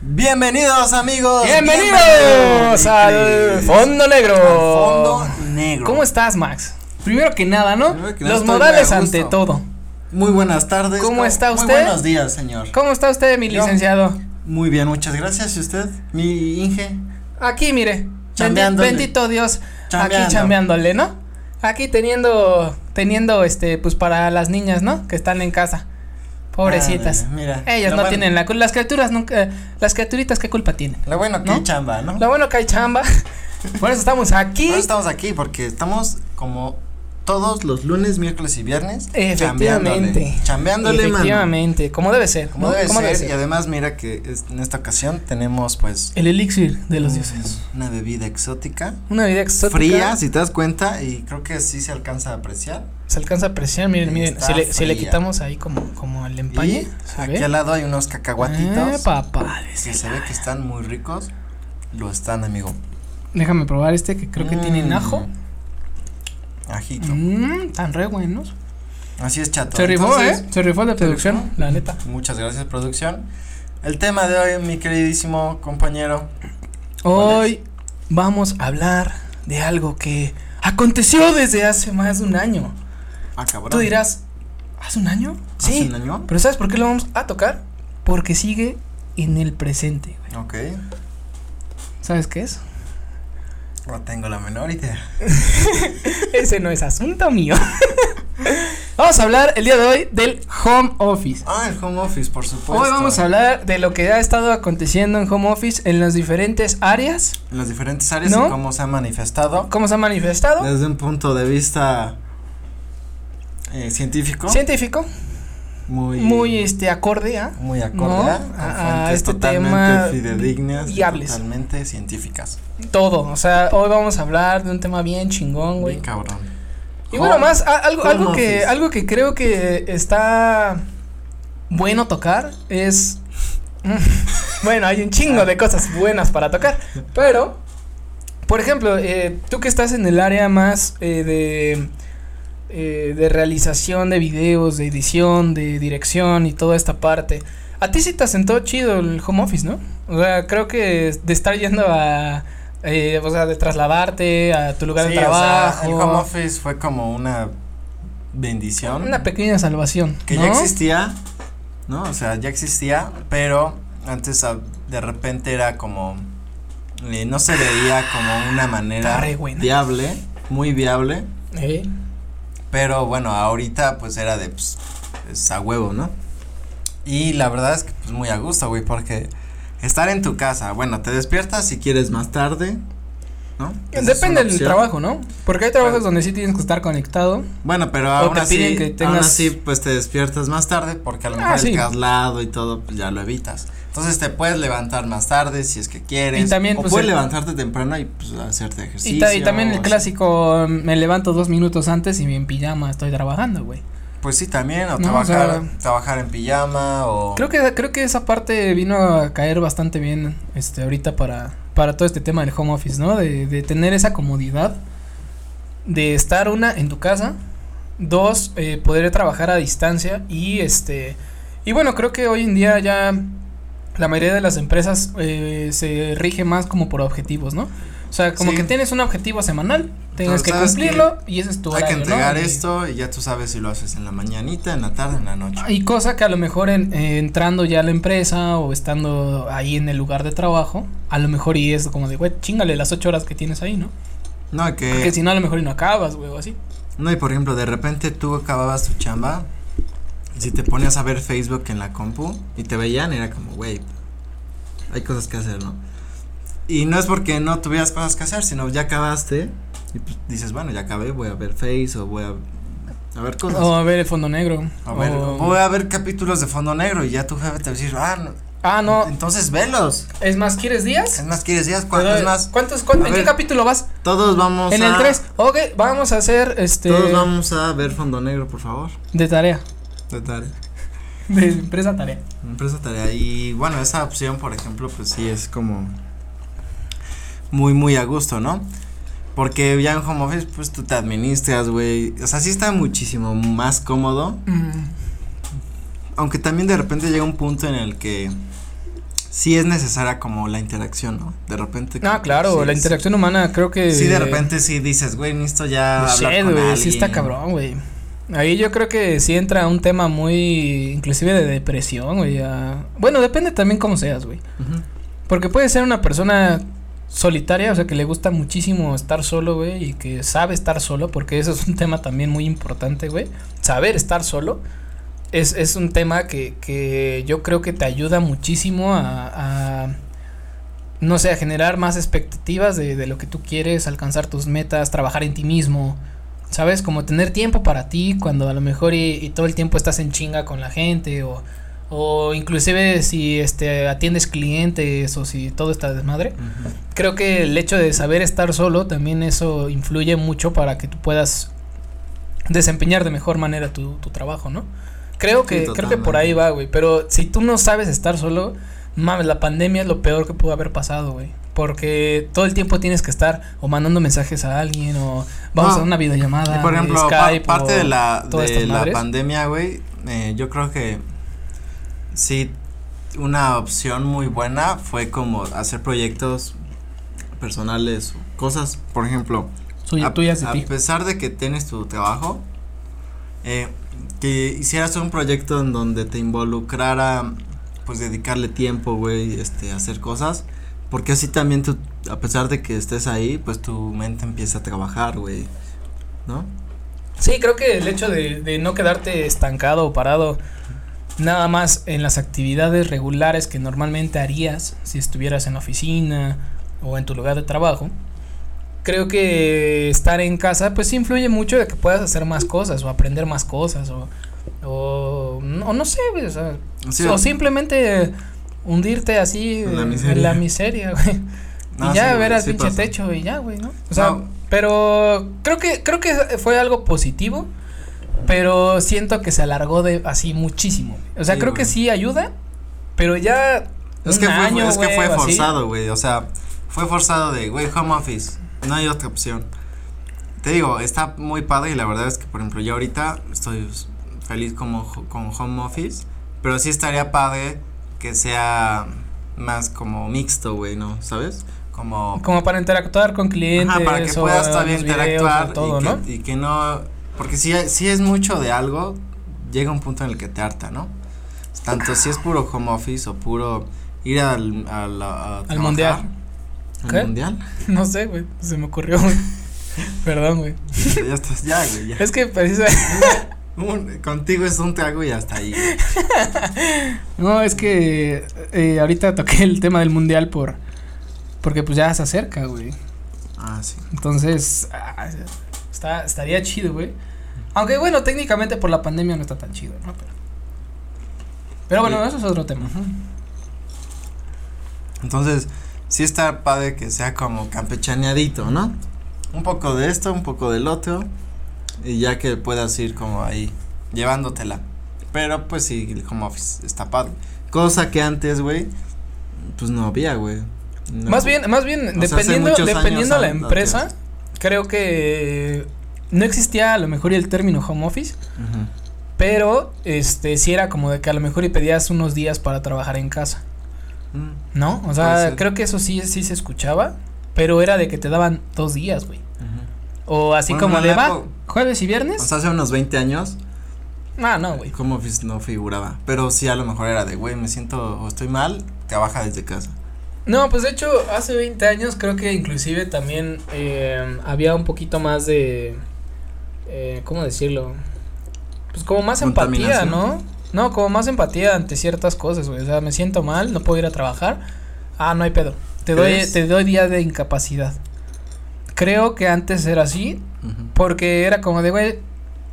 Bienvenidos amigos. Bienvenidos, al Fondo Negro. Fondo negro. ¿Cómo estás, Max? Primero que nada, ¿no? Primero que nada, Los estoy modales muy a ante gusto. todo. Muy buenas tardes. ¿Cómo está Muy usted? buenos días, señor. ¿Cómo está usted, mi Yo. licenciado? Muy bien, muchas gracias. ¿Y usted? Mi Inge. Aquí, mire. Bendi- Chambeándole. Bendito Dios. Chambeando. Aquí chambeándole, ¿no? Aquí teniendo, teniendo, este, pues para las niñas, ¿no? Que están en casa. Pobrecitas. Ándale, mira. Ellas lo no bueno- tienen la culpa. Las criaturas nunca, las criaturitas, ¿qué culpa tienen? Lo bueno que ¿No? hay chamba, ¿no? Lo bueno que hay chamba. Por eso estamos aquí. Ahora estamos aquí porque estamos como todos los lunes, miércoles y viernes. Efectivamente. Chambeándole. Chambeándole, mano. Efectivamente, como debe ser. Como ¿no? debe Como ser. Y además, mira que es- en esta ocasión tenemos pues. El elixir de los un- dioses. Una bebida exótica. Una vida exótica. fría, si te das cuenta, y creo que sí se alcanza a apreciar. Se alcanza a apreciar, miren, miren. Está Si le, si le fría. quitamos ahí como, como el empañe. y ¿se aquí ve? al lado hay unos Ah, cacahuatitos papá. que dice. se ve que están muy ricos. Lo están, amigo. Déjame probar este que creo que tienen Mm, ajo. Ajito. Mmm, tan re buenos. Así es, chato. Se ¿eh? rifó, Entonces, ¿eh? Se rifó la producción, la neta. Muchas gracias, producción. El tema de hoy, mi queridísimo compañero. Hoy vamos a hablar de algo que aconteció desde hace más de un año. Ah, cabrón. ¿Ah, Tú dirás, ¿hace un año? ¿Hace sí. un año? Pero ¿sabes por qué lo vamos a tocar? Porque sigue en el presente. güey. Ok. ¿Sabes qué es? No tengo la menor idea. Ese no es asunto mío. vamos a hablar el día de hoy del home office. Ah, el home office, por supuesto. Hoy vamos a hablar de lo que ha estado aconteciendo en home office en las diferentes áreas, En las diferentes áreas ¿No? y cómo se ha manifestado. cómo se ha manifestado, Desde un punto de vista eh, científico. científico, muy muy este acorde a muy ¿no? acorde a- con a- a fuentes este totalmente tema fidedignas y viables. totalmente científicas todo, o sea, hoy vamos a hablar de un tema bien chingón, güey. bien cabrón Y bueno, Home- más a- algo, home algo que office. algo que creo que está bueno tocar es bueno, hay un chingo de cosas buenas para tocar, pero por ejemplo, eh, tú que estás en el área más eh, de eh, de realización de videos, de edición, de dirección y toda esta parte. A ti sí te asentó chido el home office, ¿no? O sea, creo que de estar yendo a eh, o sea, de trasladarte a tu lugar Sí, de o sea, trabajo. el home office fue como una bendición Una pequeña salvación. que ¿no? ya existía no o sea ya existía pero antes ah, de repente era como eh, no se veía como una Está manera re buena. viable muy viable Eh, Pero bueno, ahorita pues era de pues, es a huevo, ¿no? Y la verdad es que pues muy a gusto, güey, porque estar en tu casa, bueno, te despiertas si quieres más tarde, ¿no? Esa es una Depende del opción. trabajo, ¿no? Porque hay trabajos Claro. donde sí tienes que estar conectado. Bueno, pero O aún te así, piden que aún tengas- así pues te despiertas más tarde porque a lo Ah, mejor sí. el traslado y todo pues ya lo evitas. Entonces te puedes levantar más tarde si es que quieres. Y también, o pues, puedes el- levantarte temprano y pues hacerte ejercicio. Y, ta- y también el o así. clásico, me levanto dos minutos antes y en pijama estoy trabajando, güey. Pues sí, también, o No, o trabajar, sea- trabajar en pijama o... Creo que, creo que esa parte vino a caer bastante bien este, ahorita para, para todo este tema del home office, ¿no? De, de tener esa comodidad de estar una en tu casa, dos, eh, poder trabajar a distancia y este... Y bueno, creo que hoy en día ya la mayoría de las empresas eh, se rige más como por objetivos, ¿no? O sea, como Sí. que tienes un objetivo semanal, tienes que sabes que cumplirlo y ese es tu Hay que horario, ¿no? entregar Y- esto y ya tú sabes si lo haces en la mañanita, en la tarde, en la noche. Y cosa que a lo mejor en- eh, entrando ya a la empresa o estando ahí en el lugar de trabajo, a lo mejor y es como de, güey, chingale las ocho horas que tienes ahí, ¿no? No, Porque que si no, a lo mejor y no acabas, güey, o así. no y por ejemplo, de repente tú acababas tu chamba y si te ponías a ver Facebook en la compu y te veían era como, güey, hay cosas que hacer, ¿no? Y no es porque no tuvieras cosas que hacer, sino ya acabaste y pues, dices, bueno, ya acabé, voy a ver Face o voy a, a ver cosas. O a ver el fondo negro. a ver, o- voy a ver capítulos de fondo negro y ya tu jefe te va a decir, ah, no, Ah, no, entonces velos. es más, ¿quieres días? Es más, quieres días, cuántos Eh, más. ¿Cuántos, cuántos- A en qué ver. capítulo vas? Todos vamos en el a- 3. Ok, vamos a hacer este. Todos vamos a ver Fondo Negro, por favor. De tarea. De tarea. De empresa tarea. Empresa tarea. Y bueno, esa opción, por ejemplo, pues sí es como muy, muy a gusto, ¿no? Porque ya en home office, pues tú te administras, güey. O sea, sí está muchísimo más cómodo. Mm, Aunque también de repente llega un punto en el que sí es necesaria como la interacción, ¿no? De repente. Ah, claro, sí, la sí. interacción humana creo que. Sí, de repente sí dices, güey, necesito ya No hablar sé, con güey, sí está alguien". cabrón, güey. Ahí yo creo que sí entra un tema muy, inclusive de depresión, güey. a- Bueno, depende también cómo seas, güey. Ujú. Porque puede ser una persona solitaria, o sea, que le gusta muchísimo estar solo, güey, y que sabe estar solo, porque eso es un tema también muy importante, güey. Saber estar solo es, es un tema que, que yo creo que te ayuda muchísimo a, a, no sé, a generar más expectativas de, de lo que tú quieres, alcanzar tus metas, trabajar en ti mismo. ¿Sabes? Como tener tiempo para ti cuando a lo mejor y, y todo el tiempo estás en chinga con la gente o, o inclusive si este atiendes clientes o si todo está desmadre. Ujú. Creo que el hecho de saber estar solo también eso influye mucho para que tú puedas desempeñar de mejor manera tu, tu trabajo, ¿no? Creo que Sí, creo que por totalmente. ahí va, güey, pero si tú no sabes estar solo, mames, la pandemia es lo peor que pudo haber pasado, güey. Porque todo el tiempo tienes que estar o mandando mensajes a alguien o vamos No. a una videollamada, Y por de ejemplo, pa- Ah, Skype parte o- de la, todas de estas la madres. pandemia, güey, eh, yo creo que sí, una opción muy buena fue como hacer proyectos personales, cosas, por ejemplo, suya- a, tuyas de a ti. pesar de que tienes tu trabajo, eh, que hicieras un proyecto en donde te involucrara, pues dedicarle tiempo, güey, este, hacer cosas, porque así también tú, a pesar de que estés ahí, pues tu mente empieza a trabajar, güey, ¿no? Sí, creo que el hecho de, de no quedarte estancado o parado nada más en las actividades regulares que normalmente harías si estuvieras en la oficina o en tu lugar de trabajo, creo que estar en casa pues sí influye mucho de que puedas hacer más cosas o aprender más cosas o, o, no- o no sé, güey, o, sea, Sí, o simplemente hundirte así En la eh, en miseria. la miseria, güey. no, y ya sí, ver güey, al sí pinche pasa. techo y ya, güey, ¿no? O sea, No. pero creo que creo que fue algo positivo, pero siento que se alargó de así muchísimo. O sea, Sí, creo que güey. sí ayuda, pero ya Es un que, fue, año, es que güey, fue o así. forzado, güey. O sea, fue forzado de, güey, home office. No hay otra opción. Te digo, está muy padre y la verdad es que, por ejemplo, yo ahorita estoy s- feliz como, jo- con home office. Pero sí estaría padre que sea más como mixto, güey, ¿no? ¿Sabes? Como... Como para interactuar con clientes Ajá, para que o puedas todavía los videos o interactuar todo, y, que, ¿no? y que no... Porque si, si es mucho de algo, llega un punto en el que te harta, ¿no? Tanto si es puro home office o puro ir al... al, a trabajar, mundial. ¿Al ¿Qué? mundial? No sé, güey, se me ocurrió. güey. Perdón, güey. ya estás, ya, güey, ya. Es que precisa Un- contigo es un trago y hasta ahí. güey. No, es que eh, ahorita toqué el tema del mundial por porque pues ya se acerca, güey. Ah, sí. Entonces, ah, está, estaría chido, güey. Aunque bueno, técnicamente por la pandemia no está tan chido, ¿no? Pero, pero bueno, Sí. eso es otro tema. Entonces, sí está padre que sea como campechaneadito, ¿no? Un poco de esto, un poco del otro. Y ya que puedas ir como ahí llevándotela. Pero pues sí, el home office está padre. Cosa que antes, güey, pues no había, güey. No. Más bien, más bien, sea, hace dependiendo, muchos años dependiendo la an- no, empresa, creo que no existía a lo mejor el término home office, Ujú. pero este sí era como de que a lo mejor y pedías unos días para trabajar en casa. Mm. ¿No? O Puede sea, ser. creo que eso sí, sí se escuchaba, pero era de que te daban dos días, güey. Ujú. O así Bueno, como en de la va, época- jueves y viernes. O sea, hace unos 20 años, ah, no, güey. el home office no figuraba. Pero sí, a lo mejor era de, güey, me siento o estoy mal, trabaja desde casa. No, pues de hecho, hace 20 años creo que inclusive también eh, había un poquito más de... eh, ¿Cómo decirlo? Pues como más empatía, Contaminación. ¿no? No, como más empatía ante ciertas cosas, güey. O sea, me siento mal, no puedo ir a trabajar. Ah, no hay pedo. Te doy, ¿Crees? te doy día de incapacidad. Creo que antes era así, Ujú. porque era como de, güey,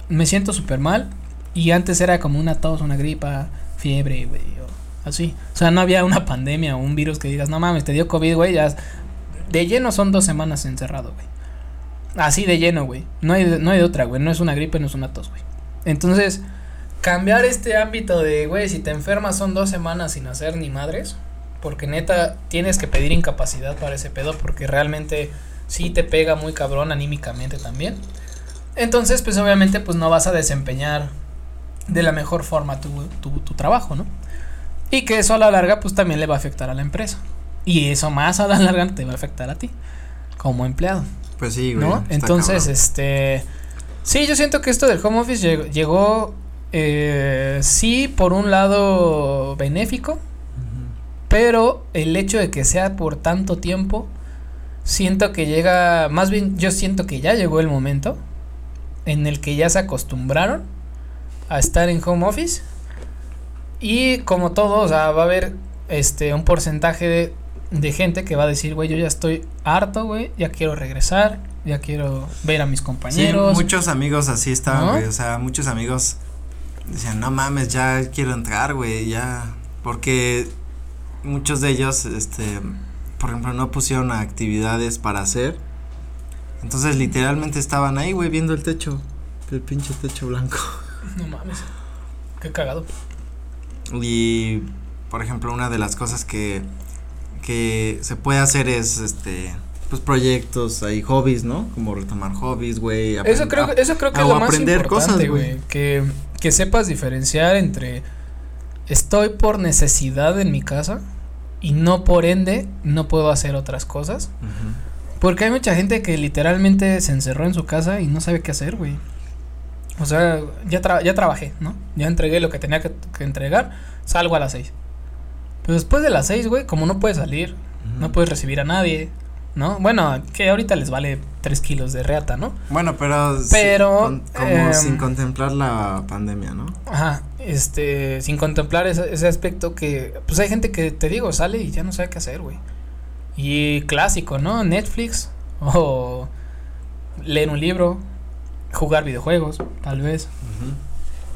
me siento súper mal. Y antes era como una tos, una gripa, fiebre, güey, o así. O sea, no había una pandemia o un virus que digas, no mames, te dio COVID, güey, ya. De lleno son dos semanas encerrado, güey. Así de lleno, güey. No hay, no hay de otra, güey. No es una gripe, no es una tos, güey. Entonces, cambiar este ámbito de, güey, si te enfermas son dos semanas sin hacer ni madres. Porque neta, tienes que pedir incapacidad para ese pedo. Porque realmente sí te pega muy cabrón anímicamente también. Entonces, pues obviamente, pues no vas a desempeñar de la mejor forma tu, tu, tu trabajo, ¿no? Y que eso a la larga pues también le va a afectar a la empresa. Y eso más a la larga te va a afectar a ti como empleado, Pues sí, güey. ¿no? está Entonces, cabrón. este sí, yo siento que esto del home office llegó, llegó, eh, sí por un lado benéfico, Ujú. pero el hecho de que sea por tanto tiempo, siento que llega, más bien yo siento que ya llegó el momento en el que ya se acostumbraron a estar en home office y como todo, o sea, va a haber este un porcentaje de, de gente que va a decir, güey, yo ya estoy harto, güey, ya quiero regresar, ya quiero ver a mis Sí, compañeros. muchos amigos así estaban, ¿No? güey. O sea, muchos amigos decían, no mames, ya quiero entrar, güey, ya. Porque muchos de ellos, este, por ejemplo, no pusieron actividades para hacer. Entonces, literalmente estaban ahí, güey, viendo el techo. El pinche techo blanco. No mames. Qué cagado. Y, por ejemplo, una de las cosas que, que se puede hacer es, este, pues proyectos, ahí hobbies, ¿no? Como retomar hobbies, güey. Eso aprend- creo, ah, eso creo que es o lo más aprender importante, cosas, güey. güey. Que, que sepas diferenciar entre estoy por necesidad en mi casa y no por ende no puedo hacer otras cosas. Ah, ujú. Porque hay mucha gente que literalmente se encerró en su casa y no sabe qué hacer, güey. O sea, ya, tra- ya trabajé, ¿no? Ya entregué lo que tenía que, que entregar, salgo a las seis. Pero después de las seis, güey, como no puedes salir, no pues, puedes recibir a nadie, ¿no? Bueno, que ahorita les vale tres kilos de reata, ¿no? Bueno, pero. sí, Pero, con- como em, sin contemplar la pandemia, ¿no? Ajá, este, sin contemplar ese, ese aspecto que, pues hay gente que te digo, sale y ya no sabe qué hacer, güey. Y clásico, ¿no? Netflix o leer un libro, jugar videojuegos, tal vez.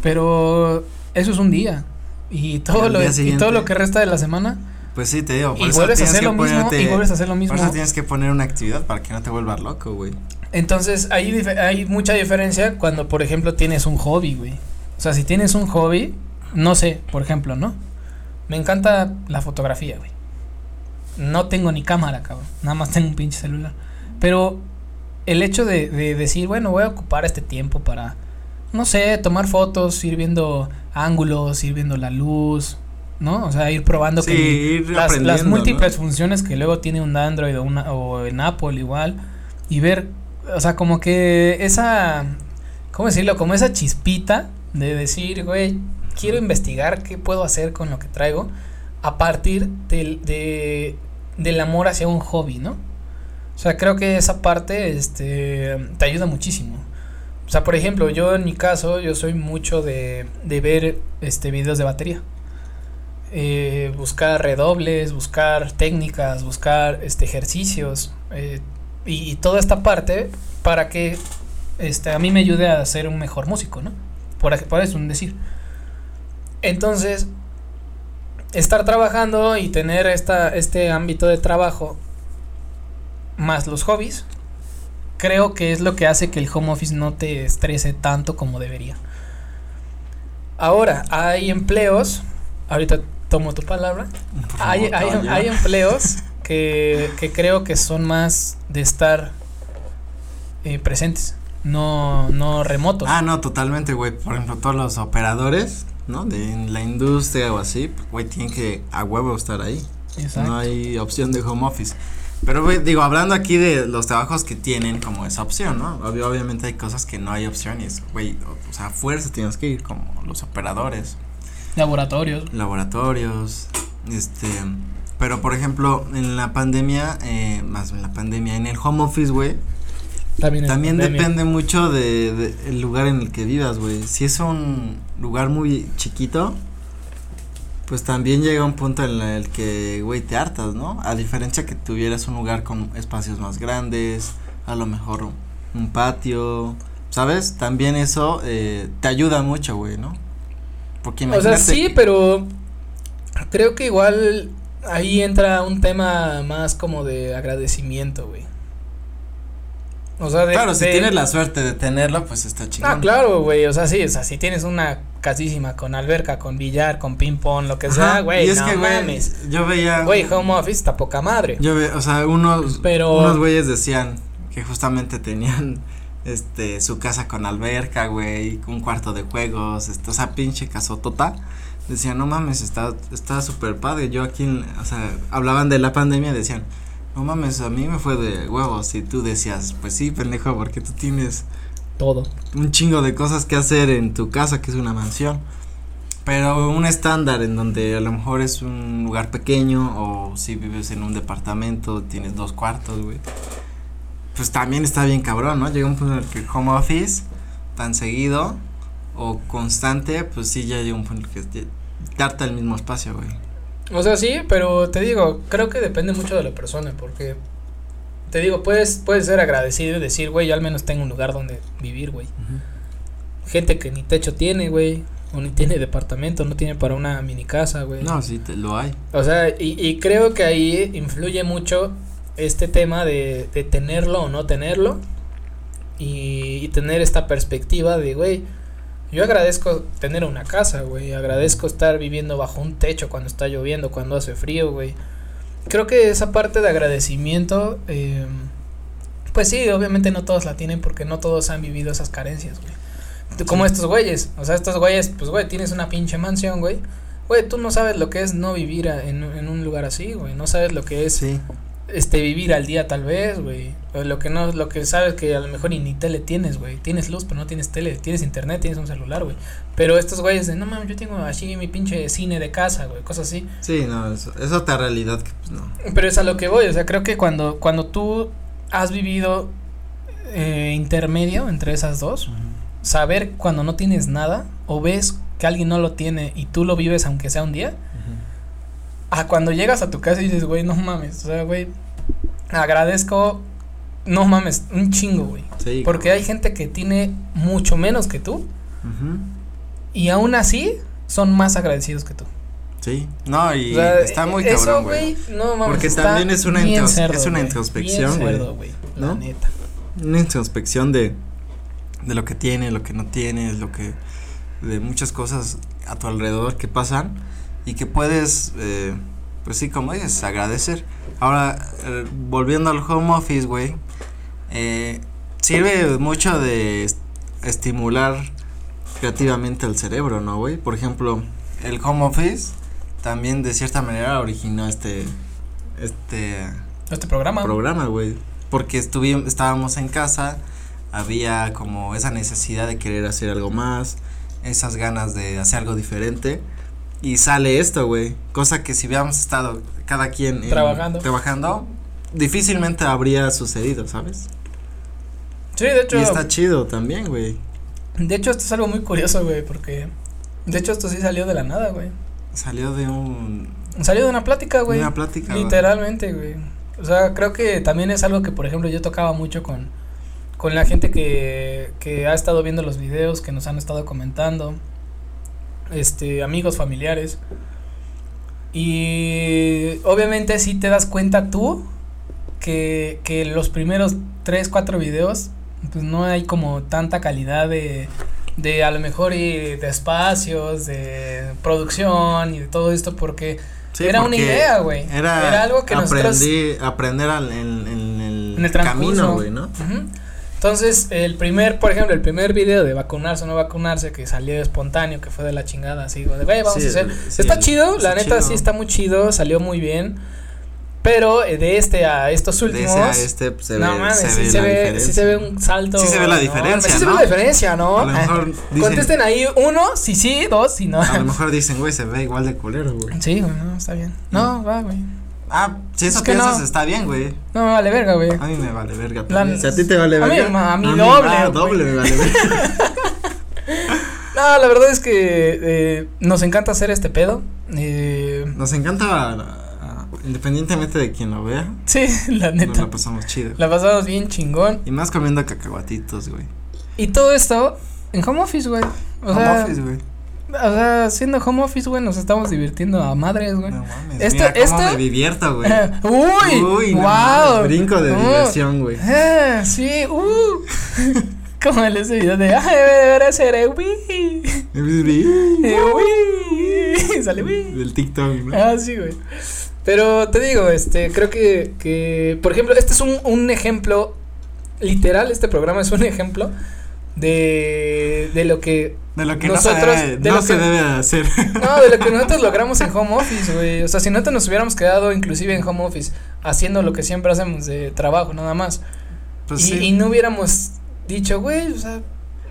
Pero eso es un día. Y todo, al lo, día y todo siguiente. lo que resta de la semana. Pues sí, te digo. Por Y eso vuelves a tienes hacer que lo mismo. ponerte- Y vuelves a hacer lo mismo. Por eso tienes que poner una actividad para que no te vuelvas loco, güey. Entonces, hay, dife- hay mucha diferencia cuando, por ejemplo, tienes un hobby, güey. O sea, si tienes un hobby, no sé, por ejemplo, ¿no? Me encanta la fotografía, güey. No tengo ni cámara, cabrón. Nada más tengo un pinche celular. Pero el hecho de, de decir, bueno, voy a ocupar este tiempo para, no sé, tomar fotos, ir viendo ángulos, ir viendo la luz, ¿no? O sea, ir probando Sí, que ir las, las aprendiendo. ¿no? múltiples funciones que luego tiene un Android o, una, o en Apple igual y ver, o sea, como que esa, ¿cómo decirlo? Como esa chispita de decir, güey, quiero investigar qué puedo hacer con lo que traigo a partir del, de- del amor hacia un hobby, ¿no? O sea, creo que esa parte este, te ayuda muchísimo. O sea, por ejemplo, yo en mi caso, yo soy mucho de, de ver este, videos de batería. Eh, buscar redobles, buscar técnicas, buscar este, ejercicios eh, y, y toda esta parte para que este, a mí me ayude a ser un mejor músico, ¿no? Por, ej- por eso un decir. Entonces, estar trabajando y tener esta, este ámbito de trabajo más los hobbies, creo que es lo que hace que el home office no te estrese tanto como debería. Ahora, hay empleos, ahorita tomo tu palabra, Por favor, hay, hay- caballero. hay empleos que, que creo que son más de estar eh, presentes, no, no remotos. Ah, no, totalmente, güey. Por ejemplo, todos los operadores, ¿no? De en la industria o así, pues, güey, tienen que a huevo estar ahí. Exacto. No hay opción de home office. Pero, güey, digo, hablando aquí de los trabajos que tienen como esa opción, ¿no? Obvio- obviamente hay cosas que no hay opción y es, güey, o, o sea, a fuerza tienes que ir, como los operadores, Laboratorios. laboratorios, este... Pero, por ejemplo, en la pandemia, eh, más en la pandemia, en el home office, güey, También, es también pandemia. depende mucho del de, el lugar en el que vivas, güey. Si es un lugar muy chiquito, pues también llega un punto en la- el que, güey, te hartas, ¿no? A diferencia que tuvieras un lugar con espacios más grandes, a lo mejor un- un patio, ¿sabes? También eso eh, te ayuda mucho, güey, ¿no? Porque O imagínate. sea, sí, que- pero creo que igual ahí entra un tema más como de agradecimiento, güey. O sea, de, Claro, si de- tienes la suerte de tenerlo, pues está chingón. Ah, claro, güey, o sea, sí, o sea, si tienes una casísima con alberca, con billar, con ping pong, lo que sea, Ajá, güey, y es no que, güey, mames. yo veía. Güey, home office está poca madre. Yo ve, o sea, unos, Pero- unos güeyes decían que justamente tenían este su casa con alberca, güey, un cuarto de juegos, esto, esa pinche casotota. decían, no mames, está está súper padre. Yo aquí, en- o sea, hablaban de la pandemia, decían, no mames, a mí me fue de huevos. Y tú decías, pues sí, pendejo, porque tú tienes Todo. un chingo de cosas que hacer en tu casa, que es una mansión. Pero un estándar en donde a lo mejor es un lugar pequeño o si vives en un departamento, tienes dos cuartos, güey. Pues también está bien cabrón, ¿no? Llega un punto en el que el home office tan seguido o constante, pues sí, ya llega un punto en el que ya- darte el mismo espacio, güey. O sea, sí, pero te digo, creo que depende mucho de la persona, porque te digo, puedes, puedes ser agradecido y decir, güey, yo al menos tengo un lugar donde vivir, güey. Gente que ni techo tiene, güey, o ni tiene departamento, no tiene para una mini casa, güey. No, sí, te- lo hay. O sea, y, y creo que ahí influye mucho este tema de, de tenerlo o no tenerlo y, y tener esta perspectiva de, güey, yo agradezco tener una casa, güey, agradezco estar viviendo bajo un techo cuando está lloviendo, cuando hace frío, güey. Creo que esa parte de agradecimiento, eh, pues sí, obviamente no todos la tienen porque no todos han vivido esas carencias, güey. Tú- Como estos güeyes, o sea, estos güeyes, pues, güey, tienes una pinche mansión, güey. Güey, tú no sabes lo que es no vivir a- en, en un lugar así, güey. No sabes lo que es Sí. este vivir al día tal vez, güey. O Lo que no lo que sabes que a lo mejor y ni tele tienes, güey. Tienes luz, pero no tienes tele, tienes internet, tienes un celular, güey. Pero estos güeyes de, no mames, yo tengo así mi pinche cine de casa, güey, cosas así. Sí, no, eso- es otra realidad que pues no. Pero es a lo que voy, o sea, creo que cuando cuando tú has vivido eh, intermedio entre esas dos, saber cuando no tienes nada o ves que alguien no lo tiene y tú lo vives aunque sea un día, a cuando llegas a tu casa y dices, güey, no mames, o sea, güey, agradezco, no mames, un chingo, güey. Sí. Porque hay gente que tiene mucho menos que tú Ujú. y aún así son más agradecidos que tú. Sí. No, y O sea, está muy eso, cabrón, güey. No mames, Porque está también es una bien intros- cerdo, es una güey, introspección, bien güey, cerdo, güey. La ¿no? neta. una introspección de, de lo que tienes, lo que no tienes, lo que de muchas cosas a tu alrededor que pasan y que puedes, eh, pues sí, como dices, agradecer. Ahora, eh, volviendo al home office, güey, eh, sirve mucho de est- estimular creativamente el cerebro, ¿no, güey? Por ejemplo, el home office también de cierta manera originó este, este, Este programa. programa, güey. Porque estuvimos, estábamos en casa, había como esa necesidad de querer hacer algo más, esas ganas de hacer algo diferente. Y sale esto, güey. Cosa que si hubiéramos estado cada quien en- Trabajando. trabajando, difícilmente habría sucedido, ¿sabes? sí, de hecho. Y está chido también, güey. De hecho, esto es algo muy curioso, güey, porque de hecho esto sí salió de la nada, güey. Salió de un, Salió de una plática, güey. una plática. güey. Literalmente, güey. O sea, creo que también es algo que, por ejemplo, yo tocaba mucho con, con la gente que, que ha estado viendo los videos, que nos han estado comentando, este, amigos, familiares. Y obviamente si te das cuenta tú que, que los primeros 3, 4 videos, pues no hay como tanta calidad de, de a lo mejor y de espacios, de producción y de todo esto, porque Sí, era una porque idea, güey. Era, Era algo que nosotros- aprendí, aprender al- en, en el, En el transcurso. camino, güey, ¿no? Ujú. Entonces, el primer, por ejemplo, el primer video de vacunarse o no vacunarse que salió espontáneo, que fue de la chingada, así, güey, de, güey, vamos Sí, a hacer. el- sí, está el- chido, está la neta chido. sí está muy chido, salió muy bien. Pero eh, de este a estos De ese últimos. a este pues, se no ve, mames, se sí, ve se la ve, sí diferencia. se ve un salto. Sí se ve la no, diferencia, Sí se ve ¿no? la diferencia, ¿no? A lo mejor Ah, dicen- Contesten ahí uno, si sí, dos, si no. A lo mejor dicen, güey, se ve igual de culero, güey. Sí, güey, no, está bien. No, va, güey. Ah, si eso Es que piensas, no. está bien, güey. No me vale verga, güey. A mí me vale verga. La- también. Si a ti te vale a mí- verga. a mí me doble, va, güey. doble me vale verga. No, la verdad es que eh, nos encanta hacer este pedo. Eh, Nos encanta, ah, independientemente de quien lo vea, sí, la nos neta. la pasamos chido. La pasamos bien chingón. Y más comiendo cacahuatitos, güey. Y todo esto en home office, güey. O, Home sea, office, güey. o sea, siendo home office, güey, nos estamos divirtiendo a madres, güey. No mames. Esto- mira cómo esto- me divierto, güey. ¡Uy! no ¡Wow! mames, brinco de Uh, diversión, güey. ah, sí, ¡uh! Como el ese video de. ¡Ay, me deberá ser! eh, ¡Uy! Eh, ¡Uy! Sale, ¡uy! Del TikTok, ¿no? Ah, sí, güey. Pero te digo, este, creo que, que por ejemplo, este es un, un ejemplo, literal, este programa es un ejemplo de, de lo que De lo que no Nosotros- se debe, de no lo se que- debe hacer. No, de lo que nosotros logramos en home office, güey. O sea, si nosotros nos hubiéramos quedado inclusive en home office haciendo lo que siempre hacemos de trabajo, nada más. Pues y, sí. y no hubiéramos dicho, güey, o sea,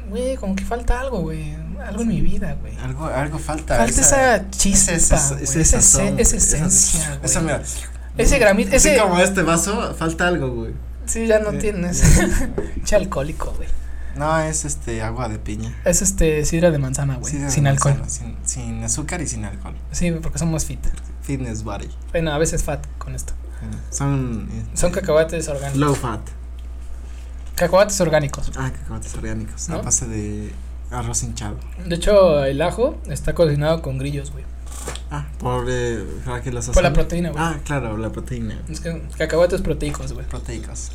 güey, como que falta algo, güey. Algo en mi vida, güey. Algo, algo falta. Falta esa chispa, ese- ese- güey, ese esa sazón, ese- güey, esa esa- esencia, Esa güey. mira. Ese gramito, Así ese... como este vaso, falta algo, güey. Sí, ya no Eh, tienes. Che alcohólico, güey. No, es este agua de piña. Es este sidra de manzana, güey. Sí, de sin alcohol. manzana, Sin, sin azúcar y sin alcohol. Sí, güey, porque somos fit. Fitness body. Bueno, a veces fat con esto. Son. eh, Son cacahuates orgánicos. Low fat. Cacahuates orgánicos. Ah, cacahuates orgánicos. A ¿No? base de arroz hinchado. De hecho, el ajo está cocinado con grillos, güey. Ah, por. eh, ¿para qué los Por la hacen? proteína, güey. Ah, claro, la proteína. Es que cacahuates proteicos, güey. Proteicos.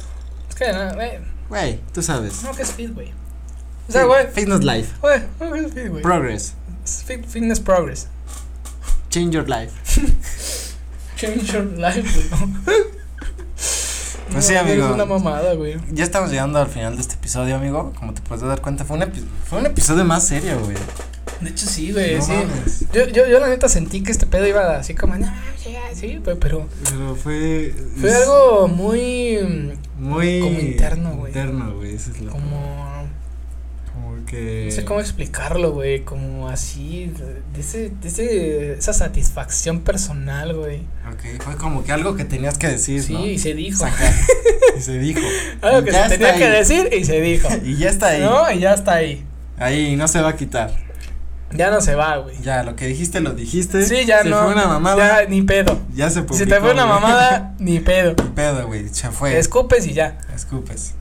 Es que, no, güey, Güey, tú sabes. no que es fit, güey. O sea, güey, Fitness life. güey, no que es fit, güey. Progress. Es fit- fitness progress. Change your life. Change your life, güey. Pues sí, No, güey, amigo. Es una mamada, güey. Ya estamos llegando al final de este episodio, amigo. Como te puedes dar cuenta, fue un, epi- fue un episodio más serio, güey. De hecho, sí, güey, No sí. mames. Yo, yo, yo la neta sentí que este pedo iba así como, no, sí, sí, güey, pero Pero fue. fue es algo muy mm, Muy. como interno, güey. Interno, güey. Eso es mm, lo. como, Como que. no sé cómo explicarlo, güey, como así, de, de ese, de ese- esa satisfacción personal, güey. Ok, fue como que algo que tenías que decir, Sí, ¿no? y se dijo. Sacar. y se dijo. Algo que Ya se está tenía que ahí. decir y se dijo. Y ya está ahí. ¿No? Y ya está ahí. Ahí, no se va a quitar. Ya no se va, güey. Ya, lo que dijiste, lo dijiste. Sí, ya se no. fue una mamada. Ya, ni pedo. Ya se publicó. si te fue una güey. mamada, ni pedo. Pedo, güey. Se fue. Escupes y ya. Escupes.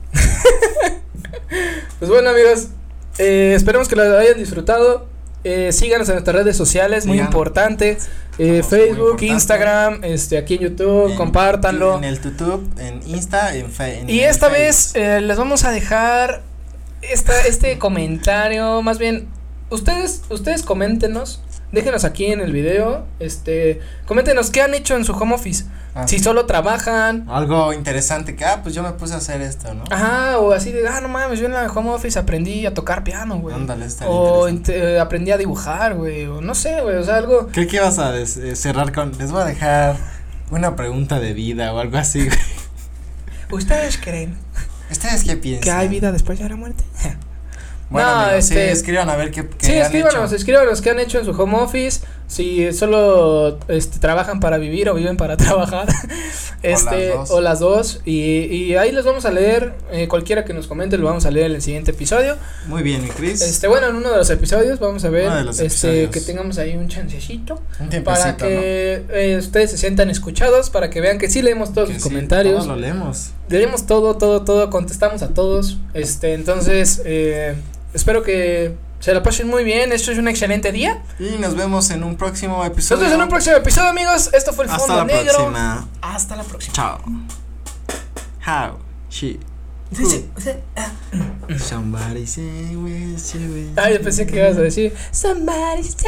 Pues bueno, amigos, eh, esperemos que lo hayan disfrutado. Eh, síganos en nuestras redes sociales, muy Sigan. importante. Eh, Muy Facebook, importante. Instagram, este, aquí en YouTube, En- compártanlo. En el YouTube, en Insta, en Facebook. y esta vez eh, les vamos a dejar esta, este comentario, más bien, ustedes, ustedes coméntenos, déjenos aquí en el video, este, coméntenos qué han hecho en su home office, eh, si solo trabajan, Ah, Algo interesante que, ah, pues yo me puse a hacer esto, ¿no? ajá, o así de, ah, no mames, yo en la home office aprendí a tocar piano, güey. Ándale, está O interesante. int- eh, aprendí a dibujar, güey, o no sé, güey, o sea, algo. Creo que vas a des- eh, cerrar con. Les voy a dejar una pregunta de vida o algo así, güey. ¿Ustedes creen ¿Ustedes qué piensan? que hay vida después de la muerte? Bueno, No, amigos, sí, este- escriban a ver qué. qué Sí, han escríbanos, hecho. escríbanos qué han hecho en su home office, si eh, solo este, trabajan para vivir o viven para trabajar, este, dos. o las dos, y, y ahí los vamos a leer, eh, cualquiera que nos comente lo vamos a leer en el siguiente episodio. Muy bien, ¿y Chris. Este, bueno, en uno de los episodios vamos a ver Uno de los este, episodios. que tengamos ahí un chancecito Un tiempecito, para que eh, ustedes se sientan escuchados, para que vean que sí leemos ¿no? todos Que sus sí, comentarios. todos lo leemos. Leemos todo, todo, todo, contestamos a todos. Este, entonces, eh, espero que se la pasen muy bien. Esto es un excelente día. Y nos vemos en un próximo episodio. Nosotros en un próximo episodio, amigos. Esto fue el Hasta fondo la negro. próxima. Hasta la próxima. Chao. How? She. Somebody say where she went. Ay, yo pensé que ibas a decir. Somebody save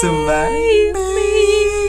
Somebody me.